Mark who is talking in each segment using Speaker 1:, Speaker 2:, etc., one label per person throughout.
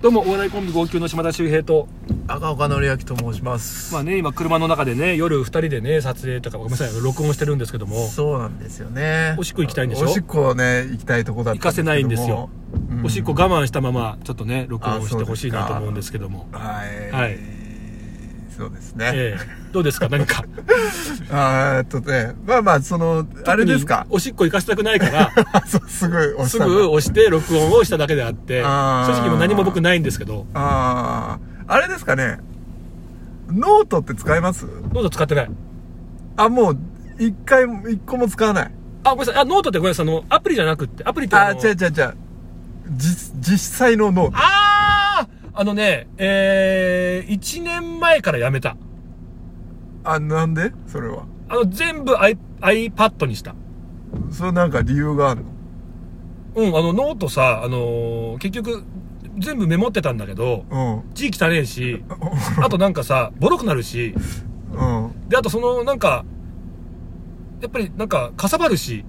Speaker 1: どうもお笑いコンビ号泣の島田秀平と
Speaker 2: 赤岡典明と申します、
Speaker 1: まあね今車の中でね夜2人でね撮影とかごめんなさい録音してるんですけども
Speaker 2: そうなんですよね
Speaker 1: おしっこ行きたいんでしょ
Speaker 2: おしっこをね行きたいとこだった
Speaker 1: 行かせないんですよ
Speaker 2: けども
Speaker 1: おしっこ
Speaker 2: うん
Speaker 1: 我慢したままちょっとね録音
Speaker 2: あ
Speaker 1: してほしいなと
Speaker 2: そうですか
Speaker 1: 思うんですけども
Speaker 2: はい、
Speaker 1: はい
Speaker 2: そうですね、
Speaker 1: ええどうですか何 か
Speaker 2: あーっとねまあまあそのあれですか
Speaker 1: 特におしっこ行かせたくないから
Speaker 2: そうすぐ押し
Speaker 1: す
Speaker 2: たんだ
Speaker 1: ぐ押して録音をしただけであって正
Speaker 2: あー
Speaker 1: 直もう何も僕ないんですけど
Speaker 2: あああれですかねノートって使えます
Speaker 1: ノート使ってない
Speaker 2: あもう一回も一個も使わない
Speaker 1: あごめんなさいあノートってごめんなさいあのアプリじゃなくってアプリって
Speaker 2: あ
Speaker 1: の
Speaker 2: 違う違う違う実実際のノート
Speaker 1: あーあのねえー、1年前からやめた
Speaker 2: あなんでそれは
Speaker 1: あの、全部 i、iPad にした。
Speaker 2: それなんか理由があるの
Speaker 1: うん、あの、ノートさ、あのー結局、全部メモってたんだけど、
Speaker 2: うん
Speaker 1: 字汚ねえ し、あとなんかさ、ボロくなるし、
Speaker 2: うんあ
Speaker 1: で、あとその、なんか、やっぱりなんか、かさばるし、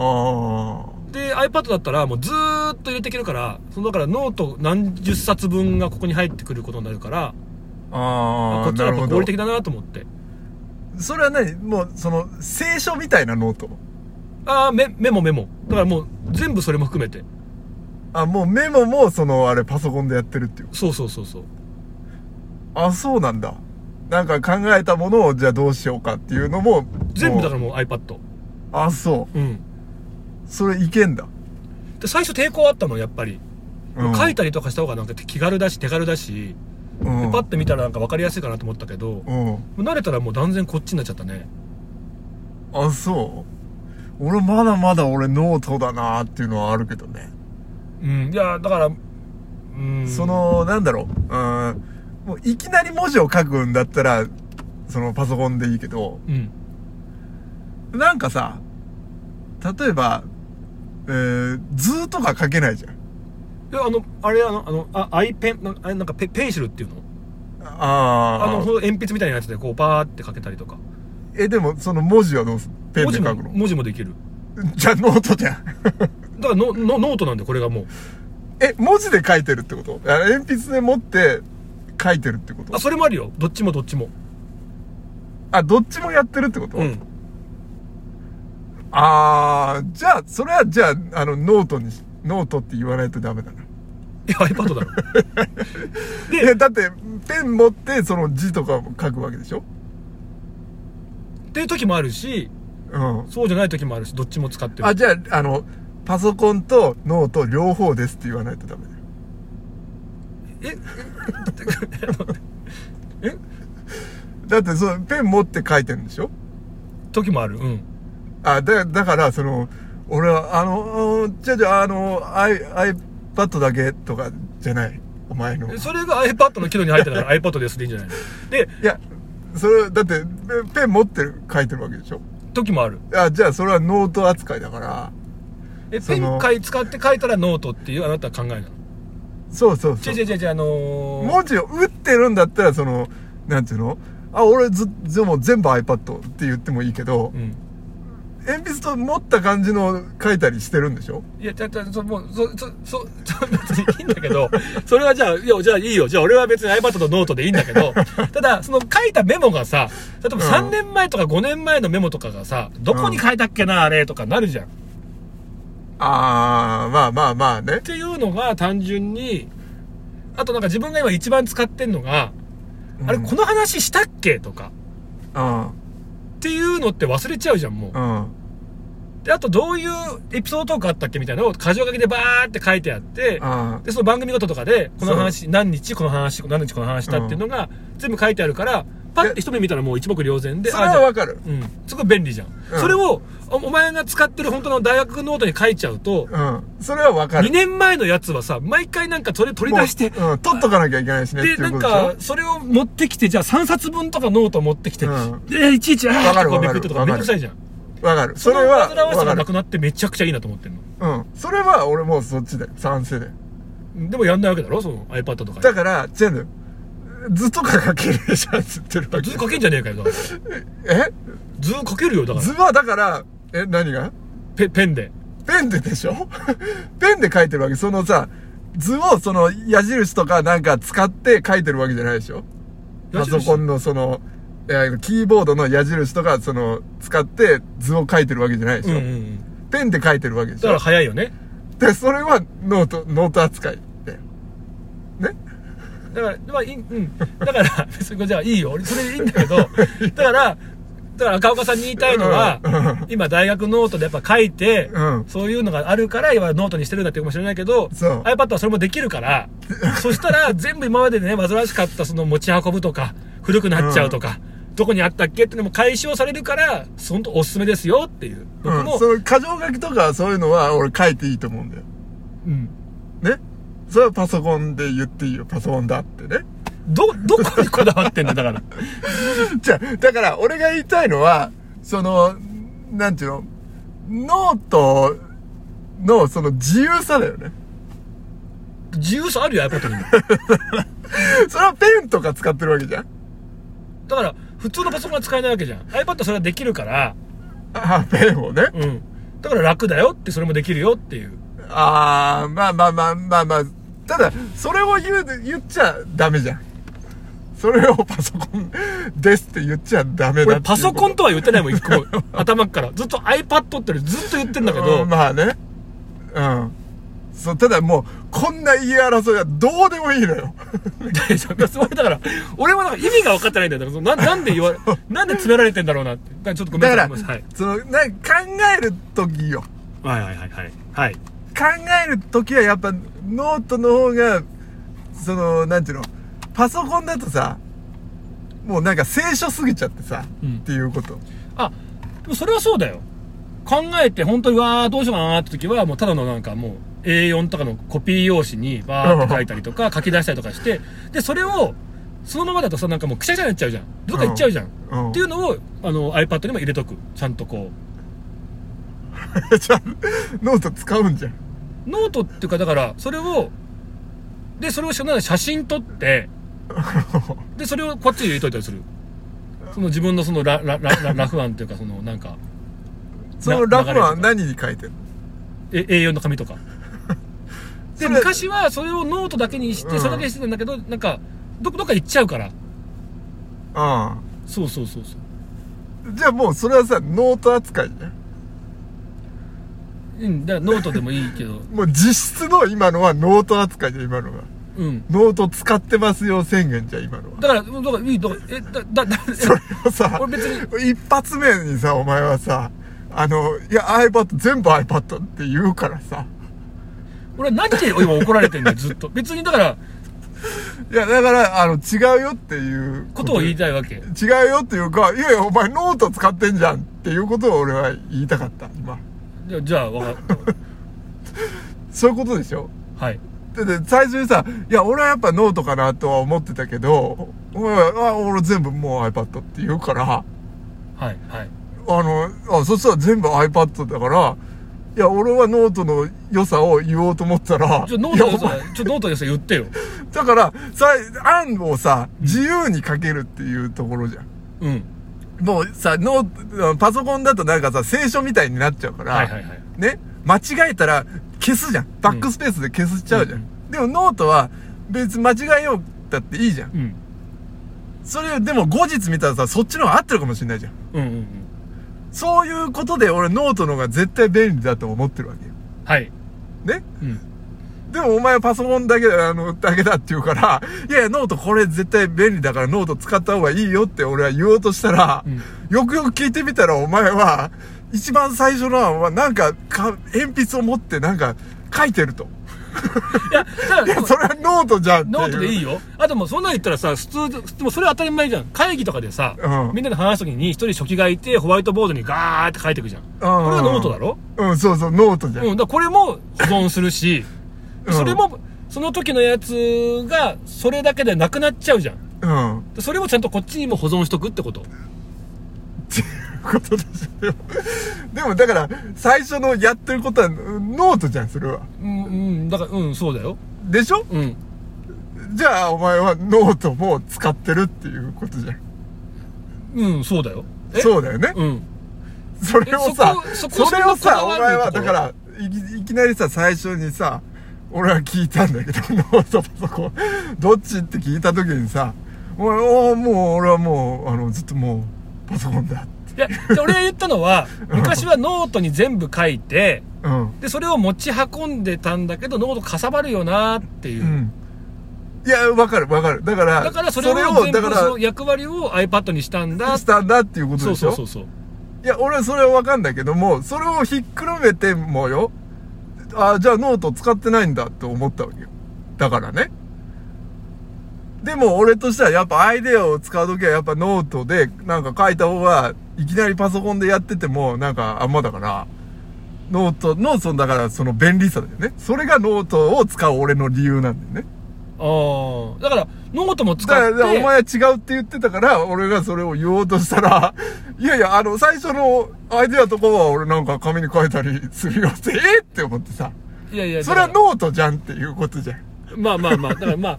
Speaker 2: あ
Speaker 1: で、iPad だったらもうずーっと入れていけるから、そのだからノート何十冊分がここに入ってくることになるから、
Speaker 2: あ
Speaker 1: こ
Speaker 2: あ
Speaker 1: っちはや
Speaker 2: なる
Speaker 1: っぱ
Speaker 2: ほ
Speaker 1: 合
Speaker 2: ど
Speaker 1: 理的だなと思って。
Speaker 2: それは何もうその聖書みたいなノート
Speaker 1: ああ、メ、メモメモ。だからもう全部それも含めて。
Speaker 2: あもうメモもそのあれパソコンでやってるっていう
Speaker 1: そうそうそうそう。
Speaker 2: あそうなんだなんか考えたものをじゃあどうしようかっていうのも
Speaker 1: 全部だかららもう iPad。
Speaker 2: あそう
Speaker 1: うん。
Speaker 2: それいけんだ、
Speaker 1: で最初抵抗あったのやっぱり、
Speaker 2: うん、
Speaker 1: 書いたりとかした方がなんか気軽だし手軽だし、
Speaker 2: うん、
Speaker 1: でパッて見たらなんか分かりやすいかなと思ったけど、も
Speaker 2: うん
Speaker 1: う慣れたらもう断然こっちになっちゃったね
Speaker 2: あそう俺まだまだ俺ノートだなっていうのはあるけどね、
Speaker 1: うんいやだからうん
Speaker 2: そのなんだろううんもういきなり文字を書くんだったらそのパソコンでいいけど
Speaker 1: うん
Speaker 2: なんかさ例えば、えー、図とか書けないじゃん
Speaker 1: いやあのあれあのあのあアイペンなんあれなんかペペンシルっていうのあ
Speaker 2: あ
Speaker 1: のほ
Speaker 2: あ
Speaker 1: んと鉛筆みたいなやつでこうバーって書けたりとか
Speaker 2: えでもその文字はどうすんのペン
Speaker 1: 文
Speaker 2: で
Speaker 1: 字
Speaker 2: 書
Speaker 1: も
Speaker 2: くの
Speaker 1: 文字もできる
Speaker 2: じゃあノートじゃん
Speaker 1: だからののノートなんでこれがもう
Speaker 2: え文字で書いてるってことあ鉛筆で持って書いてるってこと
Speaker 1: あそれもあるよどっちもどっちも
Speaker 2: あどっちもやってるってこと、
Speaker 1: うん
Speaker 2: ああじゃあそれはじゃああのノートにしノートって言わないとダメだない
Speaker 1: や iPad だろ
Speaker 2: いや
Speaker 1: で
Speaker 2: だってペン持ってその字とかも書くわけでしょ
Speaker 1: っていう時もあるし
Speaker 2: うん
Speaker 1: そうじゃない時もあるしどっちも使ってる
Speaker 2: あじゃああのパソコンとノート両方ですって言わないとダメだよ
Speaker 1: え
Speaker 2: だってそのペン持って書いてるんでしょ
Speaker 1: 時もあるうん
Speaker 2: あだだからその俺はあのうんじゃあじゃああの i- iPad だけとかじゃないお前の
Speaker 1: それが iPad の機能に入ってたから iPad ですでいいんじゃないので
Speaker 2: いやそれだってペペン持ってる書いてるわけでしょ
Speaker 1: 時もある
Speaker 2: あじゃあそれはノート扱いだから
Speaker 1: え
Speaker 2: そ
Speaker 1: ペ
Speaker 2: の
Speaker 1: ン買い使って書いたらノートっていうあなたは考えなの
Speaker 2: そうそうそ
Speaker 1: 違う違
Speaker 2: う
Speaker 1: う違う違うあのー
Speaker 2: 文字を打ってるんだったらそのなんていうのあ俺ずでも全部 iPad って言ってもいいけど
Speaker 1: うん
Speaker 2: 鉛筆と持った感じの書いたりしてるんでしょ
Speaker 1: いや、じゃ、じゃ、そ、もう、そ、そ、そ、 そ、別にいいんだけど、それはじゃあ、いや、じゃあいいよ。じゃあ俺は別に iPad とノートでいいんだけど、ただ、その書いたメモがさ、例えば
Speaker 2: う
Speaker 1: 3
Speaker 2: ん
Speaker 1: 年前とか5年前のメモとかがさ、どこに書いたっけな、あれとかなるじゃん。っ
Speaker 2: ああまあまあまあね
Speaker 1: ていうのが単純に、あとなんか自分が今一番使ってんのが、あれ、
Speaker 2: うん
Speaker 1: この話したっけとか。
Speaker 2: うん
Speaker 1: っていうのって忘れちゃうじゃん、も
Speaker 2: う
Speaker 1: う。
Speaker 2: ん
Speaker 1: で、あとどういうエピソードトークあったっけみたいなのを箇条書きでバーって書いてあって、
Speaker 2: うん
Speaker 1: で、その番組ごととかで、この
Speaker 2: そ
Speaker 1: 話、何日この話、何日この話したっていうのが全部書いてあるから、パッて一目見たらもう一目瞭然で、
Speaker 2: それは
Speaker 1: じゃ
Speaker 2: わかる
Speaker 1: うん、すごい便利じゃん。
Speaker 2: うん
Speaker 1: それを、おお前が使ってる本当の大学ノートに書いちゃうと、
Speaker 2: うんそれはわかる
Speaker 1: 2年前のやつはさ、毎回なんかそれ取り出して、
Speaker 2: もううん、取っとかなきゃいけないしねってい
Speaker 1: で、
Speaker 2: うこ
Speaker 1: な
Speaker 2: と
Speaker 1: ん
Speaker 2: でしょ
Speaker 1: か、それを持ってきて、じゃあ3冊分とかノート持ってきて、
Speaker 2: うん
Speaker 1: で、いちいち、あー
Speaker 2: わかる
Speaker 1: とか
Speaker 2: わか
Speaker 1: め
Speaker 2: る
Speaker 1: くってとかめんどくさいじゃん。
Speaker 2: わかるそれは
Speaker 1: その煩わしさが
Speaker 2: わか
Speaker 1: な
Speaker 2: る
Speaker 1: くなってめちゃくちゃいいなと思ってんの。
Speaker 2: うんそれは俺もうそっちで賛成で
Speaker 1: でもやんないわけだろその iPad とか
Speaker 2: だ
Speaker 1: に。
Speaker 2: から違うんだよ図とか書けるじゃんって言ってるわけ
Speaker 1: 図書けんじゃねえかよ。だから
Speaker 2: え
Speaker 1: 図書けるよ、だから
Speaker 2: 図。はだからえ何が
Speaker 1: ペペンで。
Speaker 2: ペンででしょペンで書いてるわけそのさ図をその矢印とかなんか使って書いてるわけじゃないでしょパ
Speaker 1: 矢印
Speaker 2: ソコンのその、いやキーボードの矢印とかその使って図を書いてるわけじゃないで
Speaker 1: うんう
Speaker 2: し
Speaker 1: ん
Speaker 2: ょ、
Speaker 1: うん。
Speaker 2: ペンで書いてるわけでし
Speaker 1: だから
Speaker 2: ょ
Speaker 1: 早いよね。
Speaker 2: で、それはノート、ノート扱いだよ。ね
Speaker 1: だから、まあ、いいうん。だから、別にじゃあいいよ。俺それでいいんだ けど、だから、だから赤岡さんに言いたいのは
Speaker 2: うん、
Speaker 1: 今大学ノートでやっぱ書いて、
Speaker 2: うん
Speaker 1: そういうのがあるから、今ノートにしてるんだっていうかもしれないけど、
Speaker 2: そう
Speaker 1: iPad はそれもできるから、そしたら全部今までね、煩わしかったその持ち運ぶとか、古くなっちゃうとか、どこにあったっけっていうのも解消されるから、本当おすすめですよっていう。僕
Speaker 2: う
Speaker 1: も、
Speaker 2: ん。その箇条書きとかそういうのは俺書いていいと思うんだよ。
Speaker 1: うん
Speaker 2: ねそれはパソコンで言っていいよ。パソコンだってね。
Speaker 1: ど、どこにこだわってんだよだから。
Speaker 2: じゃあだから俺が言いたいのは、その、なんていうの、ノートのその自由さだよね。
Speaker 1: 自由さあるよ、iPad にも。
Speaker 2: それはペンとか使ってるわけじゃん
Speaker 1: だから、普通のパソコンは使えないわけじゃん。iPad はそれはできるから、
Speaker 2: ああ、ペンをね。
Speaker 1: うん。だから楽だよって、それもできるよっていう。
Speaker 2: ああ、まあまあまあまあまあ。ただ、それを言う、言っちゃダメじゃん。それをパソコンですって言っちゃダメだっていう
Speaker 1: 俺、パソコン
Speaker 2: と
Speaker 1: とは言ってないもん、一個 も。頭っから。ずっと iPad ってずっと言ってんだけど、
Speaker 2: まあね。うん。そう、ただもう、こんな言い争いはどうでもいいのよ。
Speaker 1: でそれそれだから、俺もなんか意味が分かってないんだよ。だからそのななんで言わ、なんで詰められてんだろうなって。だからちょっとごめん
Speaker 2: だか
Speaker 1: なさ
Speaker 2: ら、
Speaker 1: い。ごめんなさい
Speaker 2: その、な考えるときよ。
Speaker 1: はいはいはいはい。はい。
Speaker 2: 考えるときはやっぱ、ノートの方が、その、なんていうの、パソコンだとさ、もうなんか聖書すぎちゃってさ、
Speaker 1: うん
Speaker 2: っていうこと。
Speaker 1: あ、でもそれはそうだよ。考えて本当にわーどうしようかなーって時はもうただのなんかもう A4 とかのコピー用紙にバーって書いたりとか書き出したりとかして、で、それをそのままだとさ、なんかもうくしゃくしゃになっちゃうじゃん。どっか行っちゃうじゃん。
Speaker 2: うん
Speaker 1: っていうのをあの iPad にも入れとく。ちゃんとこう。
Speaker 2: じゃあ、ノート使うんじゃん。
Speaker 1: ノートっていうかだから、それを、で、それをしょ写真撮 って、で、それをこっちに入れといたりする。その自分のそのラララララフ案っていうかそのなんか、
Speaker 2: そのラフは
Speaker 1: 流れ
Speaker 2: 何に書いてる
Speaker 1: え A4 の紙とか。で、
Speaker 2: それ
Speaker 1: 昔はそれをノートだけにし
Speaker 2: う
Speaker 1: て、
Speaker 2: ん
Speaker 1: それだけにしてたんだけど、なんか、どこどっか行っちゃうから。
Speaker 2: あ
Speaker 1: そうそうそうそう。
Speaker 2: あ。じゃあもうそれはさ、ノート扱いじゃん。
Speaker 1: うん、だからノートでもいいけど、
Speaker 2: もう実質の今のはノート扱いじゃん、今のは。
Speaker 1: うん。
Speaker 2: ノート使ってますよ宣言じゃん、今のは。
Speaker 1: だから、うんだから、いい、だから、え、だ、だ、 だ、
Speaker 2: それをさ、
Speaker 1: 俺別に、
Speaker 2: 一発目にさ、お前はさ、あの、いや、iPad、全部 iPad って言うからさ。
Speaker 1: 俺は何で今怒られてんだよ、ずっと。別にだから、
Speaker 2: いや、だから、あの、違うよっていう
Speaker 1: ことを言い
Speaker 2: い。
Speaker 1: たいわけ。
Speaker 2: 違うよっていうか、いやいや、お前ノート使ってんじゃんっていうことを俺は言いたかった、今。
Speaker 1: じゃあ、じゃあ、わかっ
Speaker 2: そういうことでしょ
Speaker 1: た。はい。
Speaker 2: だって最初にさ、いや、俺はやっぱノートかなとは思ってたけど、お前はあ俺全部もう iPad って言うから、
Speaker 1: はい、はい。
Speaker 2: あの、あそしたら全部 iPad だから、いや、俺はノートの良さを言おうと思ったら、
Speaker 1: ちょ、ノート
Speaker 2: いや
Speaker 1: で
Speaker 2: お前
Speaker 1: さ、ちょ、ノートでさ、言ってよ。
Speaker 2: だから、さ、案をさ、自由に書けるっていうところじゃん。
Speaker 1: うん。
Speaker 2: もうさ、ノート、パソコンだとなんかさ、聖書みたいになっちゃうから、
Speaker 1: はい、はい、はい。
Speaker 2: ね、間違えたら消すじゃん。バックスペースで消しちゃうじゃん。
Speaker 1: うん
Speaker 2: でもノートは別に間違えようだっていいじゃん。
Speaker 1: うん。
Speaker 2: それでも後日見たらさ、そっちの方が合ってるかもしれないじゃん。
Speaker 1: うん、うん、うん。
Speaker 2: そういうことで俺ノートの方が絶対便利だと思ってるわけよ。
Speaker 1: はい。
Speaker 2: ね
Speaker 1: うん。
Speaker 2: でもお前はパソコンだけだ、あの、だけだって言うから、いやいや、ノートこれ絶対便利だからノート使った方がいいよって俺は言おうとしたら、
Speaker 1: うん
Speaker 2: よくよく聞いてみたらお前は、一番最初の案はなんかか、鉛筆を持ってなんか書いてると。
Speaker 1: いや、だ
Speaker 2: い
Speaker 1: か
Speaker 2: や、
Speaker 1: ら、
Speaker 2: それはノートじゃんっていう。
Speaker 1: ノートでいいよ。あともうそんなん言ったらさ、普通、普通もうそれ当たり前じゃん。会議とかでさ、
Speaker 2: うん
Speaker 1: みんなで話すときに一人書記がいて、ホワイトボードにガーって書いていくじゃん。こ
Speaker 2: う
Speaker 1: れ
Speaker 2: ん
Speaker 1: がノートだろ
Speaker 2: うん、そうそう、ノートじゃ。
Speaker 1: うんん、だからこれも保存するし、
Speaker 2: うん
Speaker 1: それも、その時のやつが、それだけでなくなっちゃうじゃん。
Speaker 2: うん。
Speaker 1: でそれもちゃんとこっちにも保存しとくってこと。
Speaker 2: っていうことでしょ。でもだから、最初のやってることはノートじゃん、それは。
Speaker 1: うん、うん、だから、うん、そうだよ。
Speaker 2: でしょ
Speaker 1: うん。
Speaker 2: じゃあお前はノートも使ってるっていうことじゃん。
Speaker 1: うん、そうだよ。え
Speaker 2: そうだよね。
Speaker 1: うん。
Speaker 2: それをさ
Speaker 1: え、そこそこ
Speaker 2: それ
Speaker 1: そこ
Speaker 2: をさ、
Speaker 1: こ
Speaker 2: お
Speaker 1: だわ
Speaker 2: 前
Speaker 1: る
Speaker 2: は、
Speaker 1: ところ
Speaker 2: だからいき、いきなりさ、最初にさ、俺は聞いたんだけど、 ノートパソコン、どっちって聞いた時にさ、おいおーもう俺はもう、あの、ずっともう、パソコンだって。
Speaker 1: いやで俺が言ったのは昔はノートに全部書いて
Speaker 2: うん。
Speaker 1: でそれを持ち運んでたんだけどノートかさばるよなっていう、
Speaker 2: うん。いや、わかるわかる。だから、
Speaker 1: だからそれを全
Speaker 2: だ
Speaker 1: 部その
Speaker 2: か
Speaker 1: 役割を iPad にしたんだ
Speaker 2: ら、したんだっていうこと
Speaker 1: そ
Speaker 2: で
Speaker 1: う
Speaker 2: し
Speaker 1: そ
Speaker 2: ょ
Speaker 1: うそうそう
Speaker 2: いや、俺はそれはわかんだけども、それをひっくるめてもよ、あじゃあノート使ってないんだって思ったわけよ。だからね。でも俺としてはやっぱアイデアを使うときはやっぱノートでなんか書いた方が、いきなりパソコンでやっててもなんかあんまだから、ノート、ノートのだからその便利さだよね。それがノートを使う俺の理由なんだよね。
Speaker 1: ああだからノートも使
Speaker 2: だから
Speaker 1: っ
Speaker 2: だからお
Speaker 1: て
Speaker 2: 前は違うって言ってたから、俺がそれを言おうとしたら、 いやいや、あの、最初のアイデアとかは俺なんか紙に書いたりするよって、 えって思ってさ、
Speaker 1: いやいや
Speaker 2: それは
Speaker 1: だか
Speaker 2: ノートじゃんっていうことじゃん。
Speaker 1: らまあまあまあだからまあ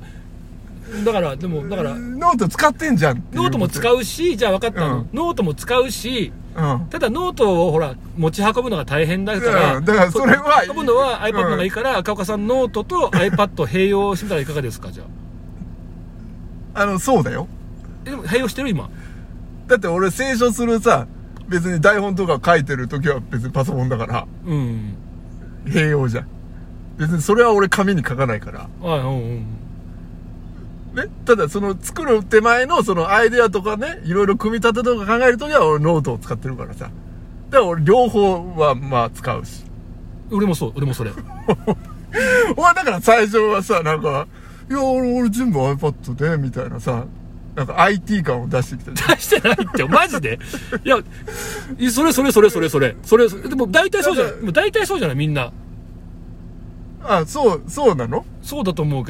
Speaker 1: だからでもだから
Speaker 2: ノート使ってんじゃんってい
Speaker 1: ノ
Speaker 2: うこ
Speaker 1: ート
Speaker 2: と
Speaker 1: も使うしじゃあ分かった、
Speaker 2: うん
Speaker 1: ノートも使うし
Speaker 2: うん。
Speaker 1: ただノートをほら持ち運ぶのが大変だから、
Speaker 2: うんだからそれは
Speaker 1: 運ぶのは iPad の方がいい
Speaker 2: うん
Speaker 1: から、赤岡さんノートと iPad を併用してみたらいかがですかじゃあ
Speaker 2: あの、そうだよ。
Speaker 1: えでも併用してる今
Speaker 2: だって俺清書するさ、別に台本とか書いてる時は別にパソコンだから、
Speaker 1: うん
Speaker 2: 併用じゃん。別にそれは俺紙に書かないから。
Speaker 1: あうんうん
Speaker 2: ね、ただその作る手前のそのアイデアとかね、いろいろ組み立てとか考えるときは俺ノートを使ってるからさ。だから俺両方はまあ使うし。
Speaker 1: 俺もそう俺もそれ
Speaker 2: お前だから最初はさ、なんか、いや俺俺全部 iPad で、みたいなさ、なんか IT 感を出してきたじゃん。
Speaker 1: 出してないってマジでいやいそれそれそれそれそれそれでも大体そうじゃないもう大体そうじゃないみんな
Speaker 2: あ、そう、そうなの
Speaker 1: そうだと思うけど